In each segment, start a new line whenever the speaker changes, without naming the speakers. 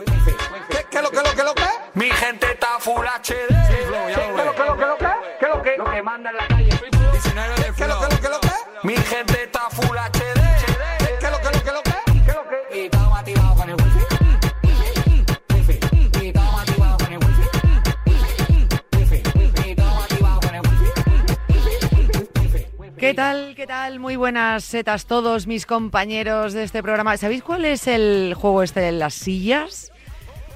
¿Qué, qué lo que lo que lo que?
Mi gente está full HD.
¿Qué lo que lo que lo que? ¿Qué lo que?
que manda en la calle. 19 de
¿Qué lo que lo que lo que?
Mi gente está full HD.
¿Qué lo que lo que lo que?
¿Qué lo que? Y estamos activados con el wifi. Y estamos activados con el wifi. Y estamos activados con el wifi.
¿Qué tal? ¿Qué tal? Muy buenas setas todos mis compañeros de este programa. ¿Sabéis cuál es el juego este de las sillas?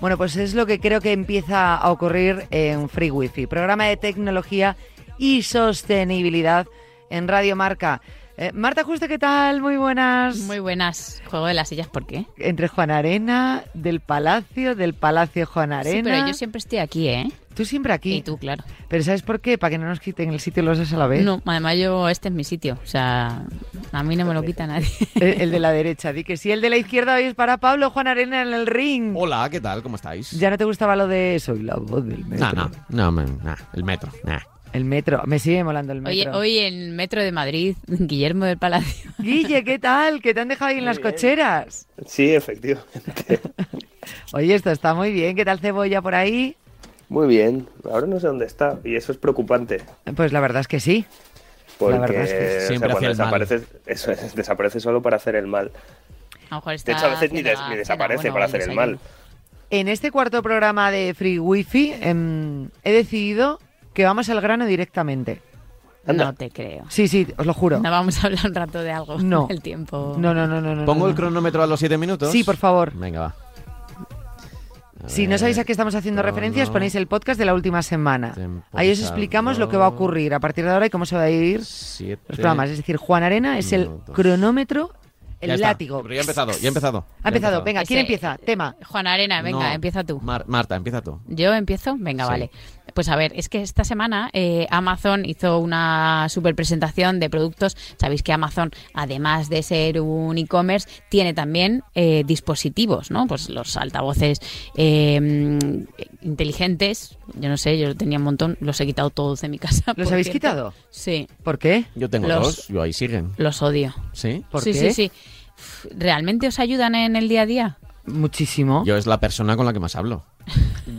Bueno, pues es lo que creo que empieza a ocurrir en Free Wifi, programa de tecnología y sostenibilidad en Radio Marca. Eh, Marta Juste, ¿qué tal? Muy buenas.
Muy buenas. Juego de las sillas, ¿por qué?
Entre Juan Arena, del Palacio, del Palacio Juan Arena.
Sí, pero yo siempre estoy aquí, ¿eh?
Tú siempre aquí.
Y tú, claro.
Pero ¿sabes por qué? Para que no nos quiten el sitio los dos a la vez.
No, además yo, este es mi sitio. O sea, a mí no me lo quita nadie.
Eh, El, el de la derecha, di que sí. El de la izquierda hoy es para Pablo Juan Arena en el ring.
Hola, ¿qué tal? ¿Cómo estáis?
Ya no te gustaba lo de soy la voz del metro.
No, Ah, no, no, me- nah, el metro. nah.
El metro, me sigue molando el
Oye,
metro.
hoy en Metro de Madrid, Guillermo del Palacio.
Guille, ¿qué tal? Que te han dejado ahí en las cocheras.
Sí, efectivamente.
Oye, esto está muy bien. ¿Qué tal cebolla por ahí?
Muy bien. Ahora no sé dónde está y eso es preocupante.
Pues la verdad es que sí.
Porque
La verdad es que
o sea,
siempre
cuando
hace el mal.
desapareces, eso es, desaparece solo para hacer el mal.
A lo mejor está
De
Ah,
hecho, a veces ni,
haciendo
des-
la
ni
cena,
desaparece
bueno,
para
el
hacer el
desayuno.
mal.
En este cuarto programa de Free Wifi em, he decidido que vamos al grano directamente.
Anda.
No te creo.
Sí, sí, os lo juro.
No vamos a hablar un rato de algo.
No.
El tiempo.
No, no, no, no. no,
¿Pongo
no.
el cronómetro a los 7 minutos?
Ah. Sí, por favor.
Venga, va. A
Si no
ver,
sabéis a qué estamos haciendo
crono.
referencia, os ponéis el podcast de la última semana. Ahí os
Temporizador.
explicamos lo que va a ocurrir a partir de ahora y cómo se va a ir los
Siete.
programas. Es decir, Juan Arena es el
Minutos.
cronómetro, el
Ya está,
látigo.
Ya ha empezado, ya ha empezado.
Ha empezado, venga, ¿quién
Ese-
empieza? Tema.
Juan Arena, venga,
No,
empieza tú.
Mar- Marta, empieza tú.
¿Yo empiezo? Venga,
Sí.
vale. Pues a ver, es que esta semana eh, Amazon hizo una super presentación de productos. Sabéis que Amazon, además de ser un e-commerce, tiene también eh, dispositivos, ¿no? Pues los altavoces eh, mm, inteligentes. Yo no sé, yo tenía un montón, los he quitado todos de mi casa.
¿Los
por
habéis
cierto.
quitado?
Sí,
¿Por qué?
Yo tengo
Los-
dos, yo ahí siguen.
los odio.
¿Sí?
¿Por
sí,
qué?
sí, sí. Uf, ¿Realmente os ayudan en el día a día?
Muchísimo.
Yo es la persona con la que más hablo.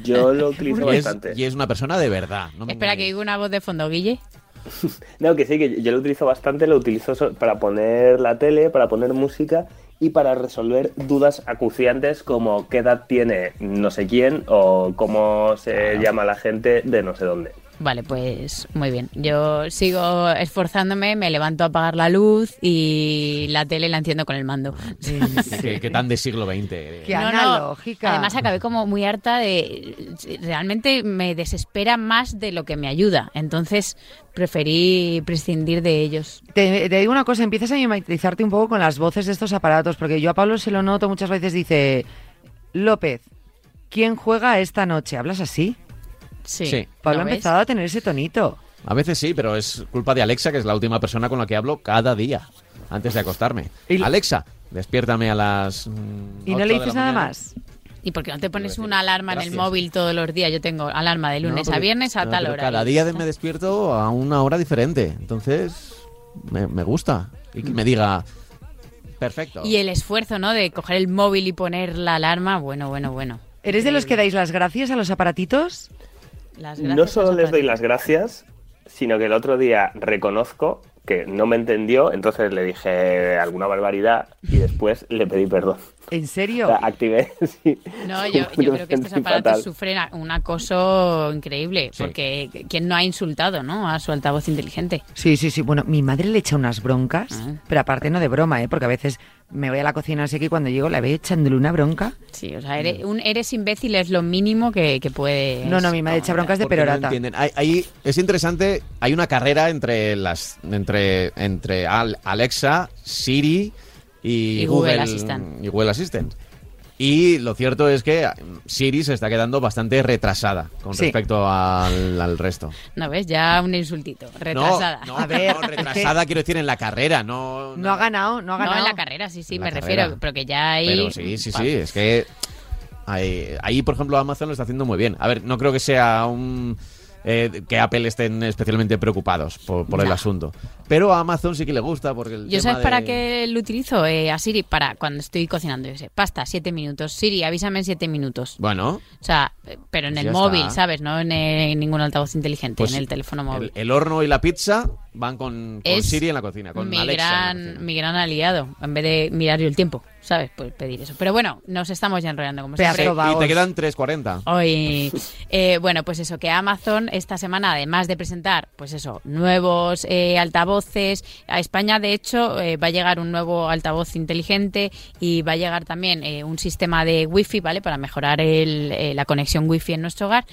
Yo lo utilizo
Y es,
bastante.
y es una persona de verdad. no me
Espera, que
engañéis.
digo una voz de fondo, Guille.
No, que sí, que yo lo utilizo bastante, lo utilizo so- para poner la tele, para poner música y para resolver dudas acuciantes como qué edad tiene no sé quién o cómo se llama la gente de no sé dónde.
Vale, pues muy bien. Yo sigo esforzándome, me levanto a apagar la luz y la tele la enciendo con el mando.
En
Que,
serio.
que tan de siglo XX. eres.
Qué
No, no.
analógica.
Además acabé como muy harta de... Realmente me desespera más de lo que me ayuda. Entonces preferí prescindir de ellos.
Te, te digo una cosa, empiezas a mimetizarte un poco con las voces de estos aparatos, porque yo a Pablo se lo noto muchas veces, dice, López, ¿quién juega esta noche? ¿Hablas así?
Sí.
Sí.
Pablo ha
¿Lo ves?
empezado a tener ese tonito.
A veces sí, pero es culpa de Alexa, que es la última persona con la que hablo cada día, antes de acostarme.
Y-
Alexa, despiértame a las. mm,
¿Y no
ocho
le
de
dices
la
nada
mañana.
más?
¿Y por qué no te pones
Iba a decir,
una alarma en el
gracias.
móvil todos los días? Yo tengo alarma de lunes
No,
a
porque-
viernes a
no,
tal
pero
hora.
Cada
y
día
ya
me
está.
despierto a una hora diferente. Entonces, me, me gusta. Y que me diga. Perfecto.
Y el esfuerzo, ¿no? De coger el móvil y poner la alarma. Bueno, bueno, bueno.
¿Eres de los que dais las gracias a los aparatitos?
Las
No
gracias
solo
a
les doy
Zapatero.
las gracias, sino que el otro día reconozco que no me entendió, entonces le dije alguna barbaridad y después le pedí perdón.
¿En
O
serio?
sea, activé. sí.
No,
Sí,
yo, yo
me
creo que estos
sentí
aparatos
fatal.
sufren a- un acoso increíble,
Sí.
porque quien no ha insultado, ¿no? A su altavoz inteligente.
Sí, sí, sí. Bueno, mi madre le echa unas broncas,
Ah.
pero aparte no de broma, ¿eh? porque a veces me voy a la cocina así que cuando llego la veo echándole una bronca.
Sí, o sea, eres, un eres imbécil es lo mínimo que, que puede.
No, no, mi madre echa broncas de
Porque Mm. no
perorata.
entienden. Hay- hay- es interesante, hay una carrera entre las entre entre Al- Alexa, Siri y,
Y Google Assistant.
Y Google Assistant. Y lo cierto es que Siri se está quedando bastante retrasada con
Sí.
respecto al, al resto.
No ves, ya un insultito,
No,
retrasada.
No,
A
pero
ver,
no,
es que-
retrasada quiero decir en la carrera, no.
No ha ganado, no ha
No,
ganado.
en la carrera, sí, sí,
En
me
la
refiero,
carrera.
pero que ya hay.
Pero sí, sí, sí, es que ahí, ahí, por ejemplo Amazon lo está haciendo muy bien. A ver, no creo que sea un eh, que Apple estén especialmente preocupados por, por el
Ya.
asunto. Pero a Amazon sí que le gusta porque el
¿Yo
tema
sabes para
de-
qué lo utilizo eh, a Siri? Para cuando estoy cocinando, yo sé, pasta, siete minutos. Siri, avísame en siete minutos.
Bueno,
O sea, eh, pero en el
Pues Ya
móvil,
está.
¿sabes? No en, eh, en ningún altavoz inteligente,
Pues
en el teléfono móvil.
el, el horno y la pizza van con, con
Es
Siri en la cocina, con
mi,
Alexa. en la
gran,
cocina.
mi gran aliado, en vez de mirar yo el tiempo, ¿sabes? Pues pedir eso. Pero bueno, nos estamos ya enrollando como
Pedazo
siempre.
Sí, y
Vaos.
te quedan 3.40.
Hoy, eh, bueno, pues eso, que Amazon esta semana, además de presentar, pues eso, nuevos eh, altavoces, a España, de hecho, eh, va a llegar un nuevo altavoz inteligente y va a llegar también eh, un sistema de wifi, ¿vale? Para mejorar el, eh, la conexión wifi en nuestro hogar.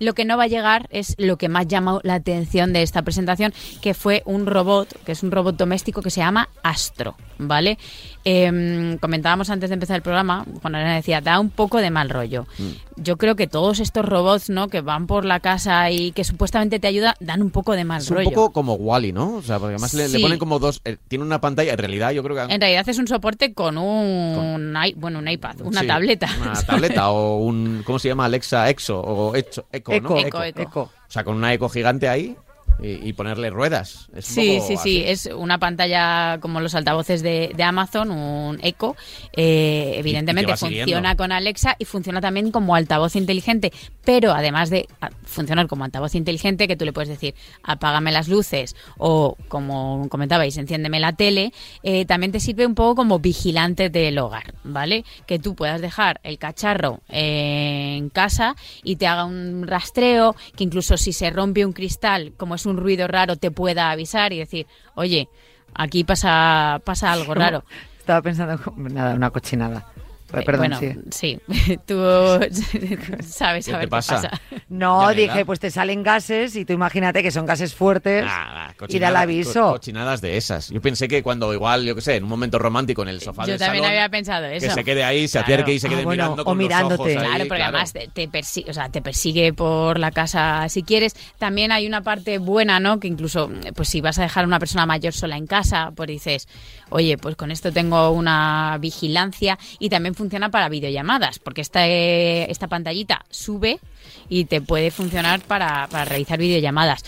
Lo que no va a llegar es lo que más llamó la atención de esta presentación, que fue un robot, que es un robot doméstico que se llama Astro, ¿vale? Em, comentábamos antes de empezar el programa, Juan Arena decía, da un poco de mal rollo.
Mm.
Yo creo que todos estos robots, ¿no? Que van por la casa y que supuestamente te ayudan, dan un poco de mal
Es un
rollo.
poco como Wally, ¿no? O sea, porque además le, le
Sí.
ponen como dos. eh, tiene una pantalla, en realidad yo creo que. han-
En realidad es un soporte con un, i- bueno, un iPad, una
sí,
tableta.
Una tableta o un. ¿Cómo se llama? Alexa Exo o Echo, Echo, ¿no?
Eco,
Echo,
eco,
eco.
O sea, con una eco gigante ahí y, y ponerle ruedas. Es un
Sí,
poco
sí,
así.
sí, es una pantalla como los altavoces de, de Amazon, un Echo. eh, evidentemente
va siguiendo.
funciona con Alexa y funciona también como altavoz inteligente, pero además de a- funcionar como altavoz inteligente, que tú le puedes decir, apágame las luces o, como comentabais, enciéndeme la tele, eh, también te sirve un poco como vigilante del hogar, ¿vale? Que tú puedas dejar el cacharro en casa y te haga un rastreo, que incluso si se rompe un cristal, como es un ruido raro, te pueda avisar y decir, oye, aquí pasa, pasa algo raro.
Estaba pensando, nada, una cochinada.
Eh,
Perdón,
bueno,
sí.
sí, tú sabes
¿Qué
a
te
ver qué
pasa?
pasa.
No,
Daniela.
dije, pues te salen gases y tú imagínate que son gases fuertes.
Ah, ah,
y da el
cochinadas-
aviso.
co- cochinadas de esas. Yo pensé que cuando igual, yo qué sé, en un momento romántico en el sofá
Yo
del
también
salón,
había pensado eso.
que se quede ahí, se
Claro.
acerque y se
Ah,
quede
bueno,
mirando
o
con los
mirándote.
ojos ahí,
Claro, porque además te, te persigue, o sea, te persigue por la casa si quieres. También hay una parte buena, ¿no? Que incluso, pues si vas a dejar a una persona mayor sola en casa, pues dices, oye, pues con esto tengo una vigilancia y también funciona para videollamadas, porque esta, eh, esta pantallita sube y te puede funcionar para, para realizar videollamadas.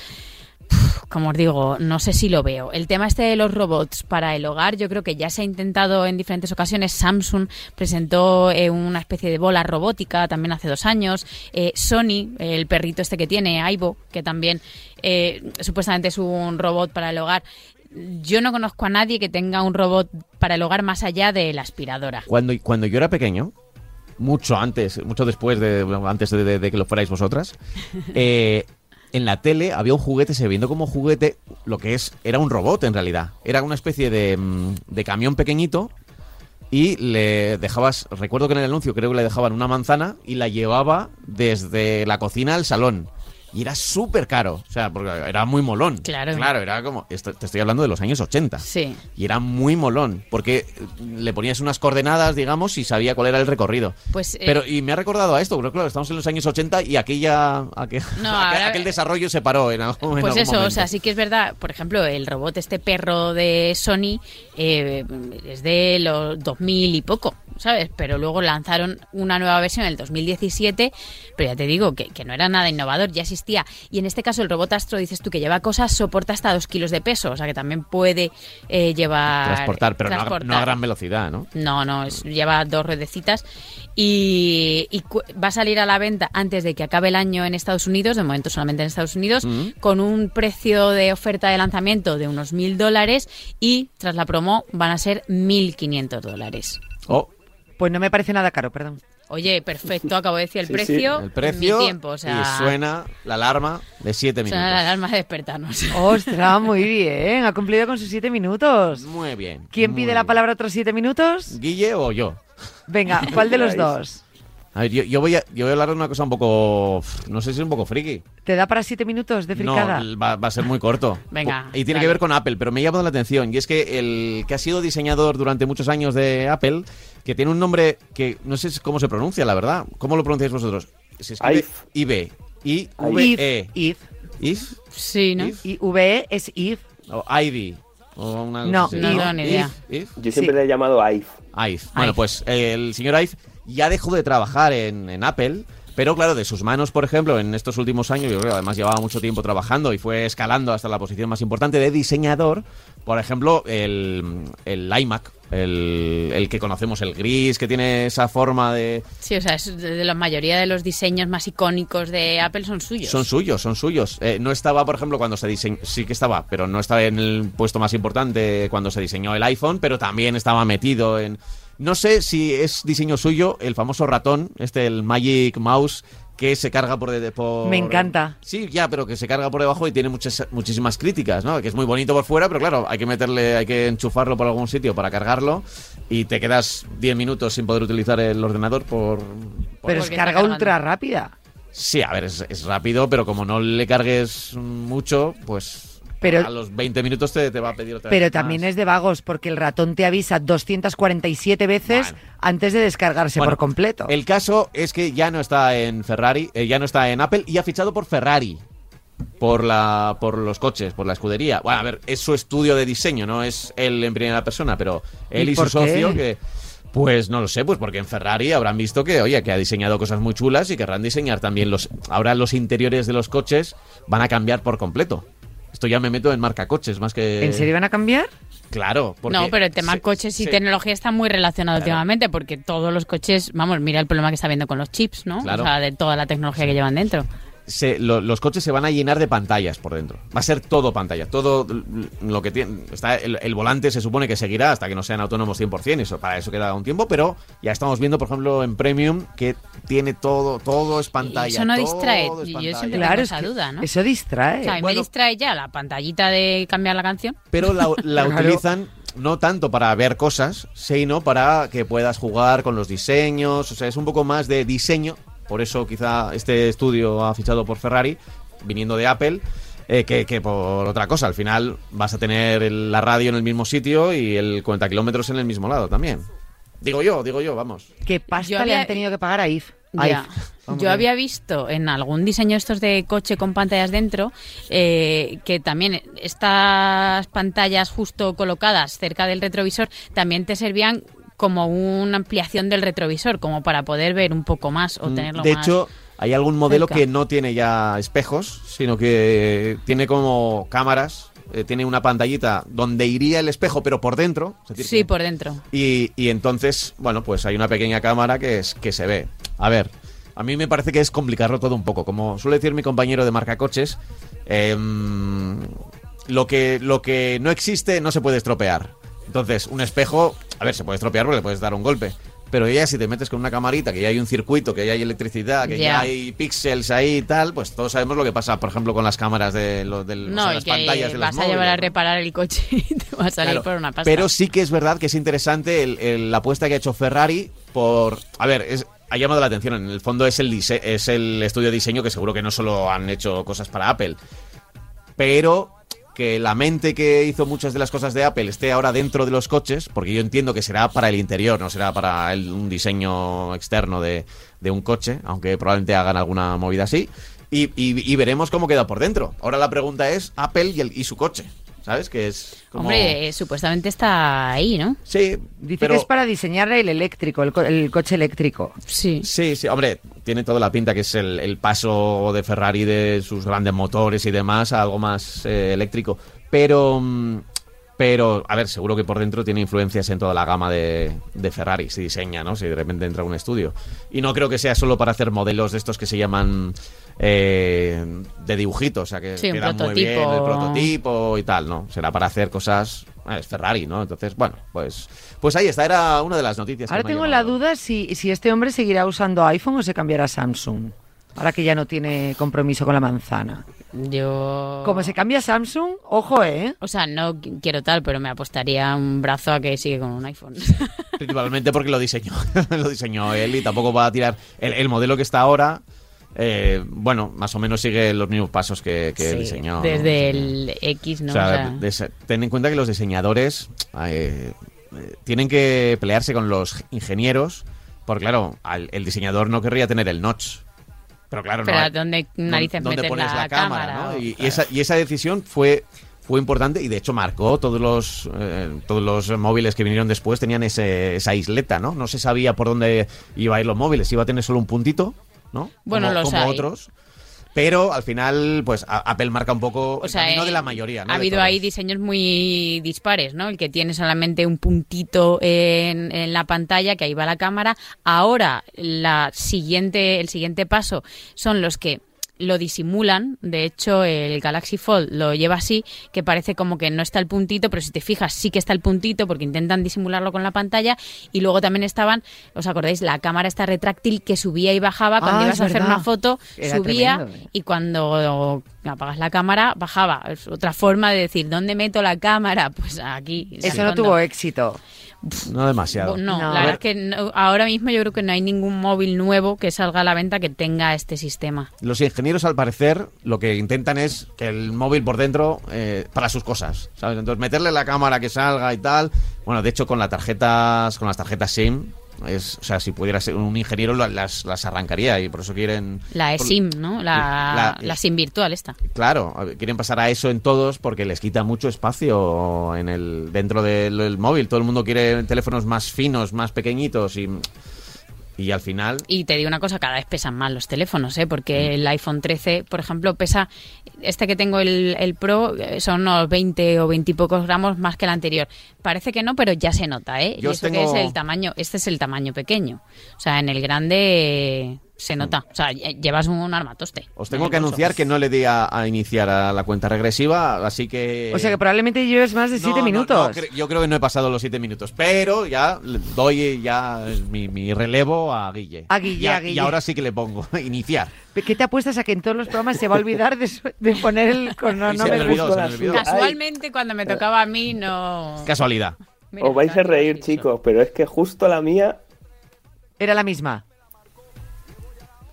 Uf, Como os digo, no sé si lo veo. El tema este de los robots para el hogar, yo creo que ya se ha intentado en diferentes ocasiones. Samsung presentó eh, una especie de bola robótica también hace dos años. Eh, Sony, el perrito este que tiene, Aibo, que también eh, supuestamente es un robot para el hogar. Yo no conozco a nadie que tenga un robot para el hogar más allá de la aspiradora.
Cuando, cuando yo era pequeño, mucho antes, mucho después de bueno, antes de, de- de que lo fuerais vosotras, eh, en la tele había un juguete, se viendo como juguete lo que es, era un robot en realidad. Era una especie de, mm, de camión pequeñito y le dejabas, recuerdo que en el anuncio creo que le dejaban una manzana y la llevaba desde la cocina al salón. Y era súper caro, o sea, porque era muy molón.
Claro.
Claro, era como, esto- te estoy hablando de los años 80.
Sí.
Y era muy molón, porque le ponías unas coordenadas, digamos, y sabía cuál era el recorrido.
Pues, eh,
Pero, y me ha recordado a esto, porque claro, estamos en los años 80 y aquella, aquel,
No,
aquel,
ahora-
aquel desarrollo se paró en algún, en
Pues
algún
eso, o sea,
momento.
sí que es verdad. Por ejemplo, el robot, este perro de Sony, eh, es de los 2000 y poco, ¿sabes? Pero luego lanzaron una nueva versión en el 2017, pero ya te digo que, que no era nada innovador, ya existía. Y en este caso, el robot Astro, dices tú que lleva cosas, soporta hasta 2 kilos de peso, o sea que también puede eh, llevar.
Transportar, pero no a- No, a,
transportar.
gran velocidad, ¿no?
No, no, es- lleva dos ruedecitas y, y cu- va a salir a la venta antes de que acabe el año en Estados Unidos, de momento solamente en Estados Unidos, con un precio de oferta de lanzamiento de unos mil dólares y tras la promo van a ser 1.500 dólares.
Oh,
Pues no me parece nada caro, perdón.
Oye, perfecto, acabo de decir el
Sí, sí.
precio,
el precio
mi tiempo, o sea,
y suena la alarma de 7 minutos. Oh,
suena la alarma de despertarnos.
Ostras, muy bien. Ha cumplido con sus siete minutos.
Muy bien.
¿Quién
muy
pide la
bien.
palabra otros siete minutos?
¿Guille o yo?
Venga, ¿cuál de los dos?
A ver, yo, yo voy a, yo voy a hablar de una cosa un poco... No sé si es un poco friki.
¿Te da para siete minutos de
No,
fricada?
va, va a ser muy corto.
Venga,
Y tiene
dale.
que ver con Apple, pero me ha llamado la atención. Y es que el que ha sido diseñador durante muchos años de Apple, que tiene un nombre que no sé cómo se pronuncia, la verdad. ¿Cómo lo pronunciáis vosotros? Se escribe
If.
IB. I
If,
V E.
if.
If.
Sí, ¿no?
If.
Y VE es if.
O ID. O una
No,
cosa así,
no
tengo ni idea.
If, if.
Yo siempre
Sí.
le he llamado AIF.
Ive. Bueno,
Ive.
pues eh, el señor Ive ya dejó de trabajar en, en Apple Pero claro, de sus manos, por ejemplo, en estos últimos años, yo creo que además llevaba mucho tiempo trabajando y fue escalando hasta la posición más importante de diseñador, por ejemplo, el, el iMac, el, el que conocemos, el gris, que tiene esa forma de...
Sí, o sea, es de de la mayoría de los diseños más icónicos de Apple son suyos.
Son suyos, son suyos. Eh, no estaba, por ejemplo, cuando se diseñó, sí que estaba, pero no estaba en el puesto más importante cuando se diseñó el iPhone, pero también estaba metido en... No sé si es diseño suyo el famoso ratón, este, el Magic Mouse, que se carga por... de- por-
Me encanta.
Sí, ya, pero que se carga por debajo y tiene muchas, muchísimas críticas, ¿no? Que es muy bonito por fuera, pero claro, hay que meterle, hay que enchufarlo por algún sitio para cargarlo y te quedas 10 minutos sin poder utilizar el ordenador por... por-
Pero es
Porque está
carga
cargando.
ultra rápida.
Sí, a ver, es, es rápido, pero como no le cargues mucho, pues
Pero-
a los 20 minutos te, te va a pedir otra
Pero
vez
también
más.
es de vagos, porque el ratón te avisa 247 veces
Bueno.
antes de descargarse
Bueno,
por completo.
El caso es que ya no está en Ferrari, eh, ya no está en Apple y ha fichado por Ferrari. Por, la, por los coches, por la escudería. Bueno, a ver, es su estudio de diseño, no es él en primera persona, pero él
¿Y
y, su
por qué?
socio que... Pues no lo sé, pues porque en Ferrari habrán visto que, oye, que ha diseñado cosas muy chulas y querrán diseñar también los... Ahora los interiores de los coches van a cambiar por completo. Esto ya me meto en marca coches, más que...
¿En serio van a cambiar?
Claro, porque...
no, pero el tema
se-
coches y
se-
tecnología está muy relacionado
Claro.
últimamente porque todos los coches, vamos, mira el problema que está habiendo con los chips, ¿no?
Claro.
O sea, de toda la tecnología que llevan dentro.
se- lo- los coches se van a llenar de pantallas por dentro. Va a ser todo pantalla, todo l- lo que tiene. Está, el, el volante se supone que seguirá hasta que no sean autónomos 100%, eso, para eso queda un tiempo, pero ya estamos viendo, por ejemplo, en Premium que tiene todo, todo es pantalla.
eso no
todo
distrae,
es
y yo
pantalla.
siempre-
Claro,
tengo
es
esa
que
duda, ¿no?
eso distrae.
O sea, a mí me
bueno.
distrae ya la pantallita de cambiar la canción.
Pero la, la
Claro.
utilizan no tanto para ver cosas, sino para que puedas jugar con los diseños. O sea, es un poco más de diseño. Por eso quizá este estudio ha fichado por Ferrari, viniendo de Apple, eh, que, que por otra cosa. Al final vas a tener el- la radio en el mismo sitio y el cuenta kilómetros en el mismo lado también. Digo yo, digo yo, vamos.
¿Qué pasta
Yo
le
había-
han tenido que pagar a IF? A
Ya.
IF. Vamos
Yo
bien.
había visto en algún diseño estos de coche con pantallas dentro eh, que también estas pantallas justo colocadas cerca del retrovisor también te servían como una ampliación del retrovisor, como para poder ver un poco más pues, o
Mm,
tenerlo
de
más.
hecho, hay algún modelo
cerca.
que no tiene ya espejos, sino que tiene como cámaras, eh, tiene una pantallita donde iría el espejo, pero por dentro. es decir,
sí,
que-
por dentro.
y, y entonces, bueno, pues hay una pequeña cámara que, es, que se ve. A ver, a mí me parece que es complicarlo todo un poco. Como suele decir mi compañero de marca coches, em, lo, que, lo que no existe no se puede estropear. Entonces, un espejo, a ver, se puede estropear porque le puedes dar un golpe. Pero ya si te metes con una camarita, que ya hay un circuito, que ya hay electricidad, que
Ya.
ya hay píxeles ahí y tal, pues todos sabemos lo que pasa, por ejemplo, con las cámaras de, lo- del- o sea,
No, y
las
que
pantallas de los
vas a llevar a
móviles, ¿no?
reparar el coche y te va a salir
Claro,
por una pasta.
Pero sí que es verdad que es interesante el- el- la apuesta que ha hecho Ferrari por... A ver, es- ha llamado la atención. En el fondo es el, dise- es el estudio de diseño que seguro que no solo han hecho cosas para Apple. Pero que la mente que hizo muchas de las cosas de Apple esté ahora dentro de los coches, porque yo entiendo que será para el interior, no será para el- un diseño externo de, de un coche, aunque probablemente hagan alguna movida así. Y, y- y veremos cómo queda por dentro. Ahora la pregunta es Apple y, el- y su coche. ¿Sabes? Que es como...
Hombre, eh, supuestamente está ahí, ¿no?
Sí,
Dice
pero-
que es para diseñar el eléctrico, el, co- el coche eléctrico.
Sí.
Sí, sí, hombre, tiene toda la pinta que es el, el paso de Ferrari de sus grandes motores y demás a algo más eh, eléctrico. Pero, mm, pero, a ver, seguro que por dentro tiene influencias en toda la gama de, de Ferrari, si diseña, ¿no? Si de repente entra a un estudio. Y no creo que sea solo para hacer modelos de estos que se llaman eh, de dibujitos, o sea, que
Sí, un
quedan muy
prototipo.
bien el prototipo y tal, ¿no? Será para hacer cosas... ah, Es Ferrari, ¿no? Entonces, bueno, pues, pues ahí está, era una de las noticias. que
Ahora
me ha
tengo la
llamado.
duda si, si este hombre seguirá usando iPhone o se cambiará a Samsung. Ahora que ya no tiene compromiso con la manzana.
Oh.
Yo.
Como se cambia a Samsung, ojo, ¿eh?
O sea, no qu- quiero tal, pero me apostaría un brazo a que sigue con un iPhone.
Principalmente porque lo diseñó, lo diseñó él y tampoco va a tirar. El, el modelo que está ahora, eh, bueno, más o menos sigue los mismos pasos que, que
Sí,
diseñó. ¿no?
Desde
Sí.
el X, ¿no?
O sea,
O sea,
de esa- ten en cuenta que los diseñadores eh, eh, tienen que pelearse con los ingenieros, porque claro, al- el diseñador no querría tener el notch. Pero claro,
pero
no,
¿a ¿dónde
dónde-
narices
dónde
meter
pones
la,
la, cámara, ¿no?
o-
y, y esa, y esa decisión fue fue importante y de hecho marcó todos los eh, todos los móviles que vinieron después tenían ese- esa isleta no no se sabía por dónde iba a ir los móviles iba a tener solo un puntito ¿no?
Bueno,
como,
los
como
hay.
otros. Pero al final, pues a- Apple marca un poco
O sea,
el camino
eh,
de la mayoría. ¿no?
ha
De
habido
todos.
ahí diseños muy dispares, ¿no? El que tiene solamente un puntito en, en la pantalla, que ahí va la cámara. Ahora, la siguiente, el siguiente paso son los que lo disimulan, de hecho el Galaxy Fold lo lleva así, que parece como que no está el puntito, pero si te fijas sí que está el puntito porque intentan disimularlo con la pantalla y luego también estaban, ¿os acordáis? La cámara está retráctil que subía y bajaba cuando
Ah,
ibas
es
a hacer
verdad.
una foto,
Era
subía
tremendo, ¿eh?
y cuando apagas la cámara bajaba. Es otra forma de decir, ¿dónde meto la cámara? Pues aquí.
Eso
la
no
tonda.
tuvo éxito.
No demasiado.
Bu- No,
No.
la verdad es que no- ahora mismo yo creo que no hay ningún móvil nuevo que salga a la venta que tenga este sistema.
Los ingenieros, al parecer, lo que intentan es que el móvil por dentro eh, para sus cosas, ¿sabes? Entonces, meterle la cámara que salga y tal. Bueno, de hecho, con las tarjetas, con las tarjetas SIM, es, o sea, si pudiera ser un ingeniero, la- las, las arrancaría y por eso quieren...
La
por-
eSIM, ¿no? La,
La-
la SIM virtual esta.
Claro, a ver, quieren pasar a eso en todos porque les quita mucho espacio en el dentro del, del móvil. Todo el mundo quiere teléfonos más finos, más pequeñitos y, y al final...
Y te digo una cosa, cada vez pesan más los teléfonos, ¿eh?
Mm.
Porque el iPhone 13, por ejemplo, pesa, este que tengo el, el Pro, eh, son unos 20 o 20 y pocos gramos más que el anterior. Parece que no, pero ya se nota, ¿eh?
Yo
y
os
eso
tengo-
que es el tamaño, este es el tamaño pequeño. O sea, en el grande eh, se
Mm.
nota. O sea, lle- llevas un armatoste.
Os tengo que anunciar que no le di a, a iniciar a la cuenta regresiva, así que...
O sea que probablemente lleves más de
Eh. No,
siete
no, no,
minutos.
cre- yo creo que no he pasado los siete minutos, pero ya le doy eh, ya es mi, mi relevo a Guille.
A Guille,
y
a Guille.
Y ahora sí que le pongo iniciar.
¿Qué te apuestas a que en todos los programas se va a olvidar de, su- de poner el
se me
cronómetro?
olvidó, se me
Ay,
olvidó.
Casualmente cuando me tocaba a mí no...
Casualidad.
Mira,
Os vais a
claro,
reír,
sí, eso.
chicos, pero es que justo la mía
Era la misma.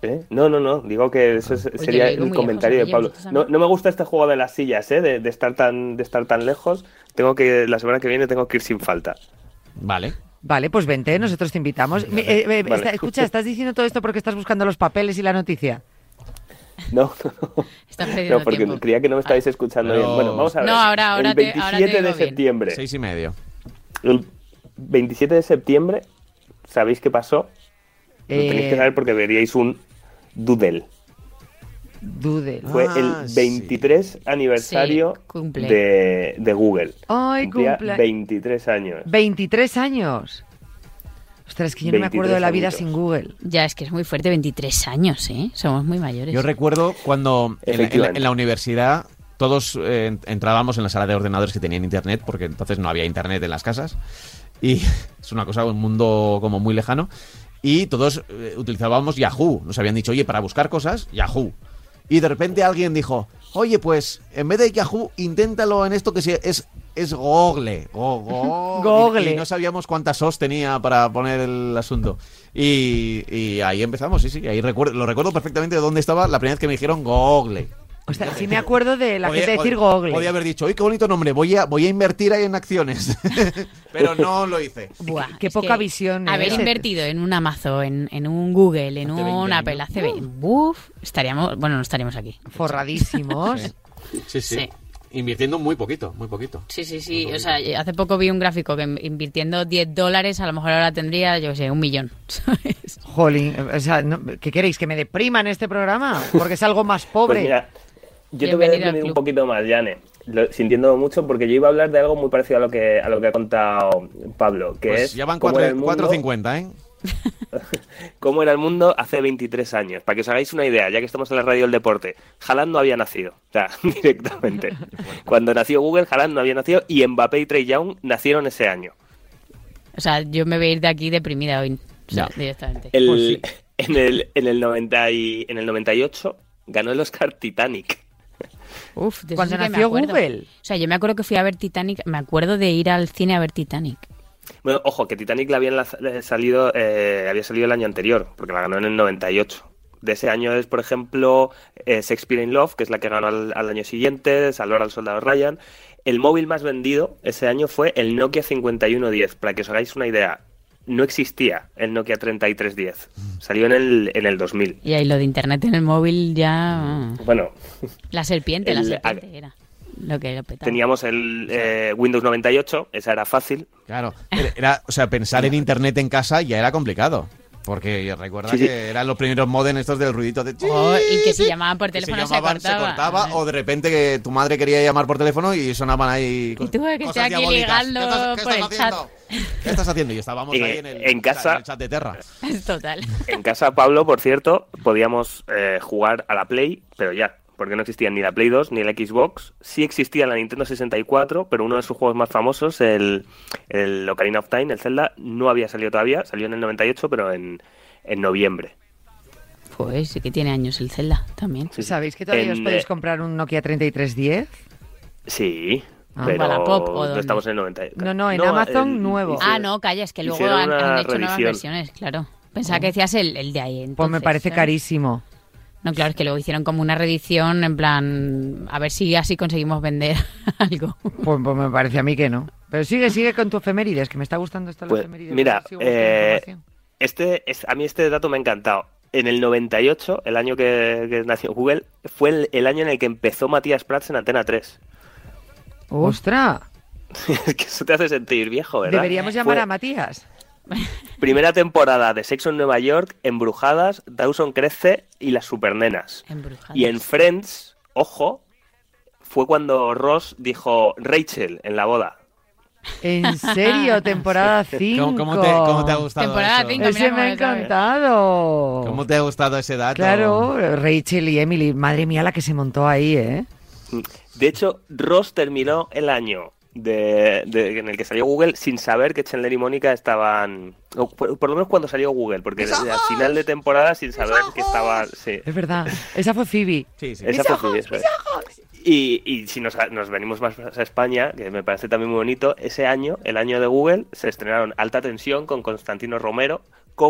¿Eh? No, no, no. Digo que eso es- sería
lo digo
el
muy
comentario
lejos,
de
oye,
Pablo.
vosotros
No,
también.
no me gusta este juego de las sillas, ¿eh? De, de estar tan, de estar tan lejos. Tengo que la semana que viene tengo que ir sin falta.
Vale.
Vale, pues vente, nosotros te invitamos. Mi- eh, eh,
Vale.
está- escucha, ¿estás diciendo todo esto porque estás buscando los papeles y la noticia?
No, no,
Estás
no,
perdiendo
porque
tiempo. Ah.
creía que no me estabais escuchando
Pero-
bien. Bueno, vamos a ver.
No, ahora- ahora
el
te- ahora te
27 de
oigo bien.
septiembre.
Seis y medio.
El 27 de septiembre, ¿sabéis qué pasó? Lo tenéis que
Eh,
saber porque veríais un doodle.
Dude.
Fue
Ah,
el
sí.
23 aniversario
Sí, cumple.
de, de Google.
Ay,
Cumplía
cumple-
23 años.
23 años. Ostras, es que yo no me acuerdo de la vida
23
sin Google.
Ya, es que es muy fuerte, 23 años, ¿eh? Somos muy mayores.
Yo recuerdo cuando en la, en la-
Efectivamente.
en la universidad todos eh, en- entrábamos en la sala de ordenadores que tenían internet, porque entonces no había internet en las casas. Y es una cosa, un mundo como muy lejano. Y todos eh, utilizábamos Yahoo. Nos habían dicho, oye, para buscar cosas, Yahoo. Y de repente alguien dijo, oye, pues en vez de Yahoo, inténtalo en esto que se- es, es Google. Go- go-
Google.
Y, y no sabíamos cuántas os tenía para poner el asunto. Y, y ahí empezamos, sí, sí. Ahí recuerdo, lo recuerdo perfectamente de dónde estaba la primera vez que me dijeron Google.
Ostras, sí me acuerdo de la
Podía-
gente decir
pod-
Google.
Podía haber dicho, oye, qué bonito nombre, voy a, voy a invertir ahí en acciones. Pero no lo hice.
Buah,
qué
es
poca
que
visión, ¿eh?
Haber
Ese-
invertido en un Amazon, en, en un Google, en
Hace
un
20
Apple
años.
hace 20. Uf, estaríamos, bueno, no estaríamos aquí.
Forradísimos.
Sí,
Sí.
Invirtiendo muy poquito, muy poquito.
Sí, sí, sí. O sea, hace poco vi un gráfico que invirtiendo 10 dólares, a lo mejor ahora tendría, yo qué sé, un millón. ¿sabes?
Jolín, o sea, no- ¿qué queréis? ¿Que me depriman este programa? Porque es algo más
Pues
pobre.
mira, yo te voy a
Bienvenido al
deprimir un
club.
poquito más, Yane, lo- sintiéndolo mucho, porque yo iba a hablar de algo muy parecido a lo que, a lo que ha contado Pablo, que
Pues
es
ya van
cómo era el mundo-
4.50, ¿eh?
cómo era el mundo hace 23 años. Para que os hagáis una idea, ya que estamos en la radio del deporte, Haaland no había nacido, o sea, directamente. Cuando nació Google, Haaland no había nacido y Mbappé y Trey Young nacieron ese año.
O sea, yo me voy a ir de aquí deprimida hoy. O sea,
Ya.
directamente.
El-
Pues sí.
en, el, en, el 90 y- en el 98 ganó el Oscar Titanic.
Uf, de eso
Cuando
sí que me
nació
acuerdo.
Google.
O sea, yo me acuerdo que fui a ver Titanic, me acuerdo de ir al cine a ver Titanic.
Bueno, ojo, que Titanic la habían laz- eh, salido, eh, había salido el año anterior, porque la ganó en el 98. De ese año es, por ejemplo, eh, Shakespeare in Love, que es la que ganó al, al año siguiente, Salvar al Soldado Ryan. El móvil más vendido ese año fue el Nokia 5110. Para que os hagáis una idea, no existía el Nokia 3310. Salió en el, en el 2000.
Y ahí lo de internet en el móvil
Mm.
ya.
Bueno,
La serpiente, la
El-
serpiente era. Lo que lo petaba.
teníamos el eh, Windows 98, esa era fácil.
Claro. Era, o sea, pensar en internet en casa ya era complicado. Porque recuerda
Sí, sí.
que eran los primeros modem estos del ruidito de...
Oh, y que si
Sí.
llamaban por
Que se
teléfono se,
llamaban, se
cortaba.
cortaba, o de repente que tu madre quería llamar por teléfono y sonaban ahí
Y tú, "Ah, que
cosas
estoy aquí
diabólicas.
ligando
¿Qué estás- qué
por
estás
el chat.
haciendo? ¿Qué estás haciendo? Y estábamos
Y
ahí en el,
en casa-
en el chat de Terra.
Total.
En casa, Pablo, por cierto, podíamos eh, jugar a la Play, pero ya, porque no existían ni la Play 2 ni la Xbox. Sí existía la Nintendo 64, pero uno de sus juegos más famosos, el, el Ocarina of Time, el Zelda, no había salido todavía. Salió en el 98, pero en, en noviembre.
Pues sí que tiene años el Zelda también.
Sí, sí.
¿Sabéis que todavía os
En,
podéis
eh,
comprar un Nokia 3310?
Sí,
Ah,
pero
¿Wallapop o
no
dónde?
estamos en el 98.
No, no, en Amazon, nuevo.
Ah, no, calla, es que luego
Hicieron
han,
una
han hecho nuevas
revisión.
versiones, claro. Pensaba que decías el, el de ahí.
Pues me
entonces,
parece
¿sabes?
carísimo.
No, claro, es que luego hicieron como una reedición en plan, a ver si así conseguimos vender algo.
Pues, pues me parece a mí que no. Pero sigue, sigue con tu efemérides, que me está gustando esta la
Pues,
efeméride,
mira,
porque sigo buscando
eh,
información.
Este es, a mí este dato me ha encantado. En el 98, el año que, que nació Google, fue el, el año en el que empezó Matías Prats en Antena 3.
¡Ostras!
Es que eso te hace sentir viejo, ¿verdad?
Deberíamos llamar
Fue
a Matías.
Primera temporada de Sexo en Nueva York, Embrujadas, Dawson Crece y Las Supernenas.
Embrujadas.
Y en Friends, ojo, fue cuando Ross dijo Rachel en la boda.
¿En serio? Temporada 5.
¿Cómo, cómo te, cómo te ha gustado
Temporada
eso?
cinco.
Ese
Mira
me ha
cómo lo sabe.
encantado.
¿Cómo te ha gustado ese dato?
Claro, Rachel y Emily. Madre mía, la que se montó ahí, ¿eh?
De hecho, Ross terminó el año de, de- en el que salió Google sin saber que Chandler y Mónica estaban. o por, por lo menos cuando salió Google, porque al final de temporada sin saber que estaban. Sí.
Es verdad. Esa fue Phoebe.
Sí, sí.
Esa fue Phoebe, eso es. Y, y si nos, nos venimos más a España, que me parece también muy bonito, ese año, el año de Google, se estrenaron Alta Tensión con Constantino Romero,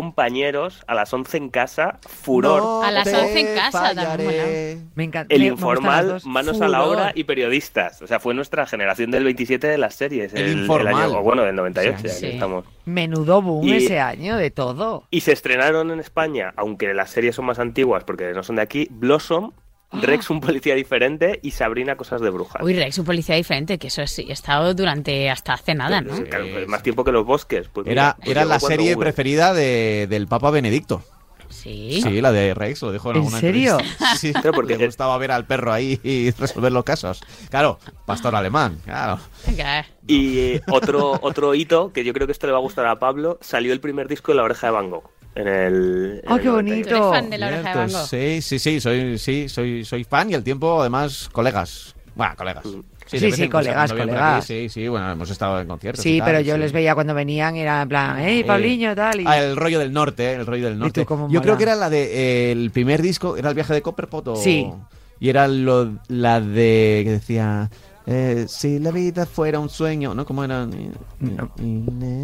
Compañeros, a las 11 en casa, Furor,
A las
te
11 en casa,
fallaré.
también
Me encanta.
El
me- me gustan
Informal,
las dos.
Manos a la
Furor.
Obra y Periodistas. O sea, fue nuestra generación del 27 de las series.
El
el- el
Informal.
año- o bueno, del 98.
Sí,
ya que
sí.
estamos.
Menudo boom
Y-
ese año de todo.
Y se estrenaron en España, aunque las series son más antiguas porque no son de aquí, Blossom,
Ah.
Rex, un policía diferente y Sabrina, cosas de brujas.
Uy, Rex, un policía diferente, que eso sí, he estado durante hasta hace nada, ¿no?
Sí, claro, pues,
Sí,
más
sí.
tiempo que los bosques. Pues mira,
Era,
pues
era
llegó
la
cuando
serie
Google.
preferida de- del Papa Benedicto.
Sí.
Sí, la de Rex, lo dijo en
¿En
alguna
serio?
entrevista. Sí,
Pero porque-
le gustaba ver al perro ahí y resolver los casos. Claro, pastor alemán, claro.
Venga,
Y eh, otro, otro hito, que yo creo que esto le va a gustar a Pablo, salió el primer disco de La Oreja de Van Gogh. En el, en
Ah,
el
qué
90.
bonito.
¿Tú eres fan de la oreja de Van
Cierto,
Gogh?
Sí, sí, sí, soy, sí, soy, soy fan y al tiempo, además, colegas. Bueno, colegas.
Mm.
Sí,
de
sí,
vez en cuando
colegas,
vienen por
colegas.
aquí, Sí, sí, bueno, hemos estado en conciertos. y
Sí,
tal,
pero yo
sí.
les veía cuando venían, era en plan, hey,
Eh,
Paulinho, tal. Y...
Ah, el rollo del norte, eh, el rollo del norte.
tú cómo
Yo creo
mola.
que era la de eh, el primer disco, era el viaje de Copperpot o
Sí.
y era lo, la de que decía eh, si la vida fuera un sueño, ¿no? ¿Cómo era?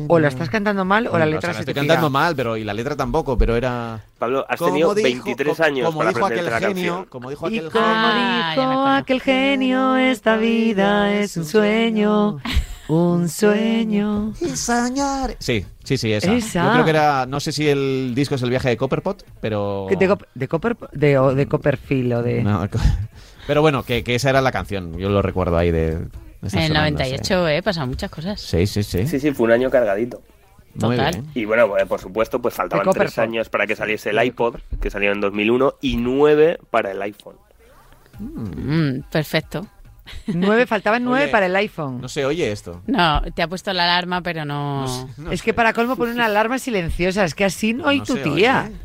O la estás cantando mal o la
Bueno,
letra
sea, la
se
estoy
te
cantando
pega.
mal, pero y la letra tampoco, pero era
Pablo, has
Como
tenido
dijo-
23
co-
años
como
para
dijo aquel
aprenderte la
genio,
canción.
como dijo
Y
aquel
como
genio.
Ah, ya me
dijo
acuerdo.
aquel genio, esta vida es un sueño, un sueño.
Y soñar. Sí, sí, sí, esa.
Esa.
Yo creo que era, no sé si el disco es el viaje de Copperpot, pero
¿De, Cop- de, Copper, de, o de Copperfield o de...
No, co- pero bueno, que, que esa era la canción. Yo lo recuerdo ahí de. de
en
estar
el
sonando,
98, eh, pasaron muchas cosas.
Sí, sí, sí.
Sí, sí, fue un año cargadito.
Muy
Total.
bien.
Y bueno, eh, por supuesto, pues
De
faltaban
Copperfield.
tres años para que saliese el iPod, que salió en 2001, y nueve para el iPhone.
Mm, perfecto.
Nueve, faltaban nueve
Oye,
para el iPhone.
No se oye esto.
No, te ha puesto la alarma, pero no.
es que para colmo pone una alarma silenciosa, es que así no, hay
no
tu
se
tía.
oye.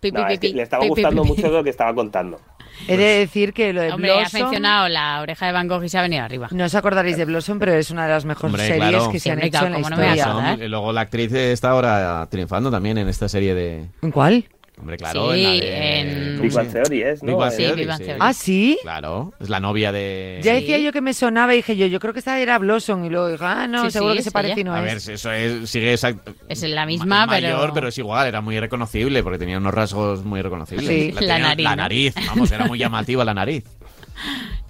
Pi, pi,
Nada,
pi,
es que
pi,
le estaba
pi, pi,
gustando
pi, pi.
mucho lo que estaba contando.
He
Pues-
de decir que lo de
Hombre, has
Blossom...
mencionado la oreja de Van Gogh y se ha venido arriba.
No os acordaréis de Blossom, pero es una de las mejores
Hombre,
series
claro.
que se han
Siempre,
hecho
claro,
en la
cómo no me voy a
historia.
Son-
acordar.
y luego la actriz está ahora triunfando también en esta serie de.
¿En cuál?
Hombre, claro.
Sí,
en la de-
en-
¿cómo
Big
se
Bang
llama?
Theory es, ¿no?
Big Bang
Eh,
Theory.
Theory,
Big Bang
sí.
Theory.
¿Ah, sí?
Claro, es la novia de.
Ya decía
Sí.
yo que me sonaba y dije yo, yo creo que esta era Blossom. Y luego dije, ah, no,
Sí,
seguro
sí,
que se
es
parece
ella.
y no
a ver,
es.
eso es, sigue exacto.
Es la misma,
es mayor,
pero-
es igual, era muy reconocible porque tenía unos rasgos muy reconocibles.
Sí.
La
tenía-
nariz,
La
¿no?
nariz, vamos, era muy llamativa la nariz.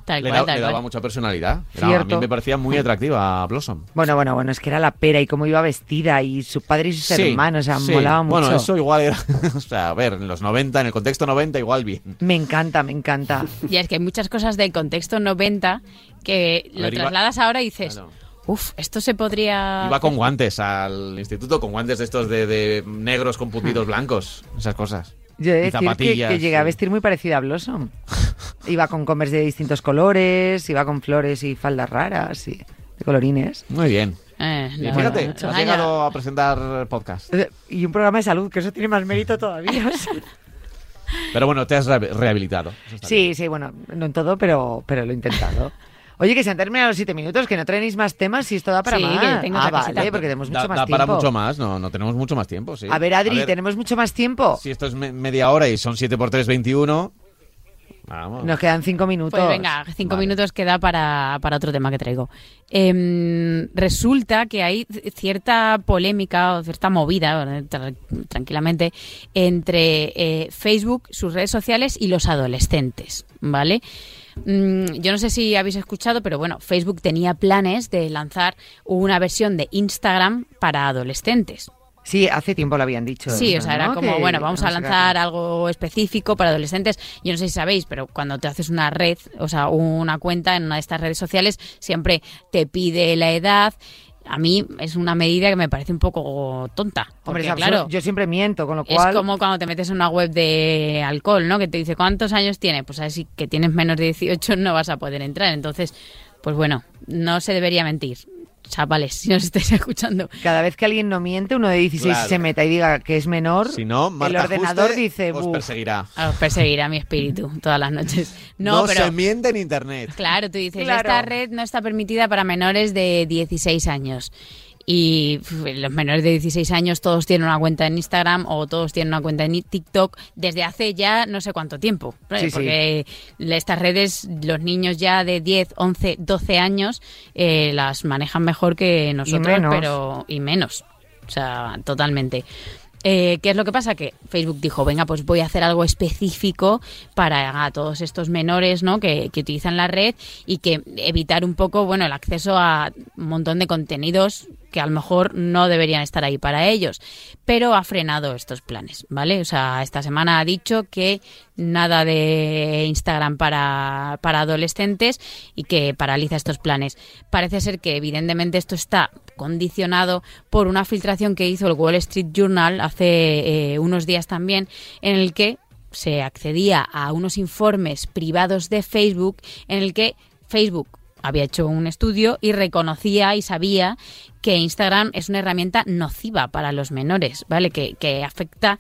Tal
Le,
cual,
da-
tal
le daba
cual.
mucha personalidad. Era- a mí
Cierto.
me parecía muy atractiva a Blossom.
Bueno, bueno, bueno, es que era la pera y cómo iba vestida y su padre y sus hermanos, o sea,
sí.
molaba mucho.
Bueno, eso igual era. O sea, a ver, en los 90, en el contexto 90, igual bien.
Me encanta, me encanta.
Y es que hay muchas cosas del contexto 90 que
A
lo
ver, iba-
trasladas ahora y dices,
Claro.
Uf, esto se
Ah,
podría...
Iba con guantes al instituto, con guantes de estos de, de negros con puntitos blancos, esas cosas.
Ah. Yo he de
Y
decir que, que
zapatillas,
llegué a
sí.
vestir muy parecida a Blossom. Iba con comers de distintos colores, iba con flores y faldas raras y de colorines.
Muy bien.
Eh,
Y
no,
fíjate,
no, no.
has llegado a presentar podcast.
Eh, Y un programa de salud, que eso tiene más mérito todavía. o sea.
Pero bueno, te has re- rehabilitado. Eso está
sí,
bien.
sí, bueno, no en todo, pero, pero lo he intentado. Oye, que se han terminado los siete minutos, que no tenéis más temas y esto da para
Sí,
más.
que tengo
ah,
otra
vale,
cosita.
porque tenemos mucho
Da,
más
da
tiempo.
para mucho más, no, no tenemos mucho más tiempo, sí.
A ver, Adri,
ver,
tenemos mucho más tiempo.
Si esto es me- media hora y son 7 por 3, 21. Vamos.
Nos quedan cinco minutos.
Pues venga, cinco
Vale.
minutos queda para, para otro tema que traigo. Em, resulta que hay cierta polémica o cierta movida, eh, tra- tranquilamente, entre eh, Facebook, sus redes sociales y los adolescentes, ¿vale? Mm, Yo no sé si habéis escuchado, pero bueno, Facebook tenía planes de lanzar una versión de Instagram para adolescentes.
Sí, hace tiempo lo habían dicho.
Sí, o
eso,
sea, era
¿no?
como,
Que
bueno, vamos a
sacar-
lanzar algo específico para adolescentes. Yo no sé si sabéis, pero cuando te haces una red, o sea, una cuenta en una de estas redes sociales, siempre te pide la edad. A mí es una medida que me parece un poco tonta.
Hombre,
porque,
es absurdo.
claro,
Yo siempre miento, con lo
es
cual.
como cuando te metes en una web de alcohol, ¿no? Que te dice, ¿cuántos años tienes? Pues así que tienes menos de 18 no vas a poder entrar. Entonces, pues bueno, no se debería mentir. Chavales, si nos estáis escuchando,
Cada vez que alguien no miente, uno de 16
Claro.
se meta y diga que es menor,
Si no, Marta
el ordenador
Juste
dice,
os
"Buf".
perseguirá.
os perseguirá mi espíritu todas las noches. No, pero...
se miente en internet.
Claro, tú dices,
Claro.
esta red no está permitida para menores de 16 años. Y pf, los menores de 16 años todos tienen una cuenta en Instagram o todos tienen una cuenta en TikTok desde hace ya no sé cuánto tiempo. ¿no?
Sí, sí.
Porque le- estas redes, los niños ya de 10, 11, 12 años eh, las manejan mejor que nosotros,
menos.
pero y menos. O sea, totalmente. Eh, ¿Qué es lo que pasa? Que Facebook dijo, venga, pues voy a hacer algo específico para a todos estos menores ¿no? que, que utilizan la red y que evitar un poco bueno, el acceso a un montón de contenidos que a lo mejor no deberían estar ahí para ellos. Pero ha frenado estos planes, ¿vale? O sea, esta semana ha dicho que nada de Instagram para, para adolescentes y que paraliza estos planes. Parece ser que evidentemente esto está condicionado por una filtración que hizo el Wall Street Journal hace eh, unos días también, en el que se accedía a unos informes privados de Facebook en el que Facebook había hecho un estudio y reconocía y sabía que Instagram es una herramienta nociva para los menores, ¿vale? Que, que afecta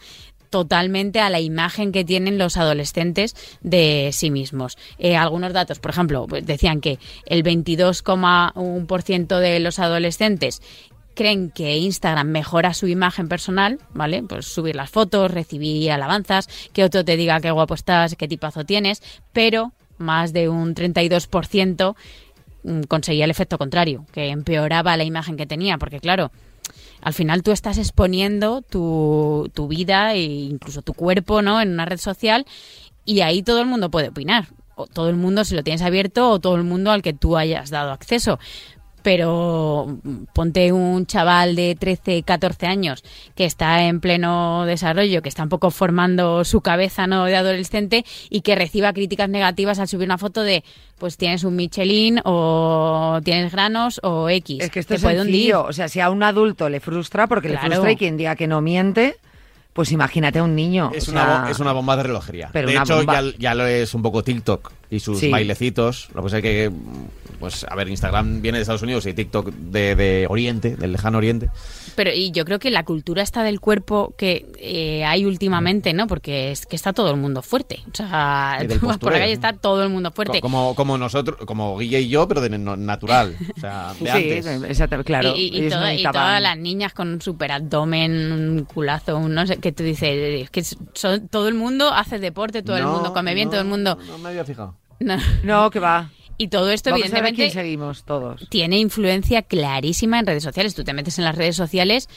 totalmente a la imagen que tienen los adolescentes de sí mismos. Eh, algunos datos, por ejemplo, pues decían que el 22,1% de los adolescentes creen que Instagram mejora su imagen personal, ¿vale? Pues subir las fotos, recibir alabanzas, que otro te diga qué guapo estás, qué tipazo tienes, pero más de un 32% mm, conseguía el efecto contrario, que empeoraba la imagen que tenía, porque claro, al final tú estás exponiendo tu, tu vida e incluso tu cuerpo ¿no? en una red social y ahí todo el mundo puede opinar. O todo el mundo si lo tienes abierto o todo el mundo al que tú hayas dado acceso. Pero mm, ponte un chaval de 13, 14 años que está en pleno desarrollo, que está un poco formando su cabeza ¿no? de adolescente y que reciba críticas negativas al subir una foto de pues tienes un Michelin o tienes granos o X.
Es que esto
Te
es
puede hundir.
sencillo. O sea, si a un adulto le frustra, porque
Claro.
le frustra y quien diga que no miente, pues imagínate a un niño.
Es,
o
una,
sea,
bo- es una bomba de relojería.
pero
de
una
hecho,
bomba.
ya, ya lo es un poco TikTok y sus
Sí.
bailecitos. Lo que pasa es que, pues, a ver, Instagram viene de Estados Unidos y TikTok de, de Oriente, del lejano Oriente.
Pero y yo creo que la cultura está del cuerpo que eh, hay últimamente, ¿no? Porque es que está todo el mundo fuerte. O sea,
Y del
tú vas por la
postureo.
calle está todo el mundo fuerte.
Como, como nosotros, como Guille y yo, pero de no- natural. O sea, de antes.
Sí, exactamente, claro.
Y- y, y
ellos no
toda- y
necesitaban-
todas las niñas con un super abdomen, un culazo, un no sé, que tú dices, es que son- todo el mundo hace deporte, todo el
No,
mundo come bien,
no,
todo el mundo...
No me había fijado.
no.
No, que va.
Y todo esto,
Vamos a ver
evidentemente,
quién seguimos todos. Pues
tiene influencia clarísima en redes sociales. Tú te metes en las redes sociales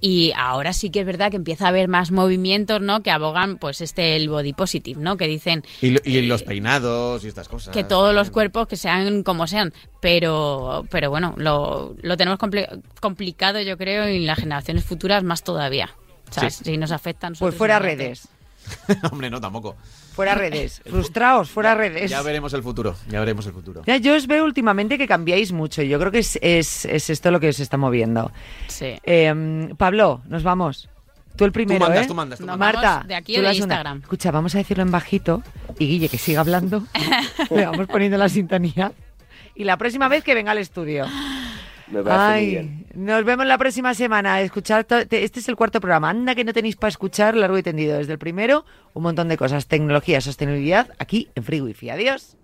y ahora sí que es verdad que empieza a haber más movimientos, ¿no? Que abogan, pues, este, el body positive, ¿no? Que dicen
Y, lo- y los peinados y estas cosas.
que todos los cuerpos que sean como sean. Pero, pero bueno, lo, lo tenemos compli- complicado, yo creo, y en las generaciones futuras más todavía. O sea,
Sí.
si nos afectan.
Pues fuera redes.
Hombre, no, tampoco.
Fuera redes. Frustraos, fuera redes.
Ya veremos el futuro. Ya veremos el futuro.
Ya, yo os veo últimamente que cambiáis mucho. y Yo creo que es, es- es esto lo que os está moviendo.
Sí.
Eh, Pablo, nos vamos. Tú el primero,
mandas,
¿eh?
tú mandas, tú
Nos mandas.
Marta,
vamos de aquí
tú
o de
das una.
Instagram.
Escucha, vamos a decirlo en bajito y Guille que siga hablando. Le vamos poniendo la sintonía. Y la próxima vez que venga al estudio.
Me parece muy bien.
Ay, nos vemos la próxima semana. Escuchad, to- te- este es el cuarto programa. Anda que no tenéis para escuchar largo y tendido. Desde el primero, un montón de cosas. Tecnología, sostenibilidad, aquí en Free Wifi. Adiós.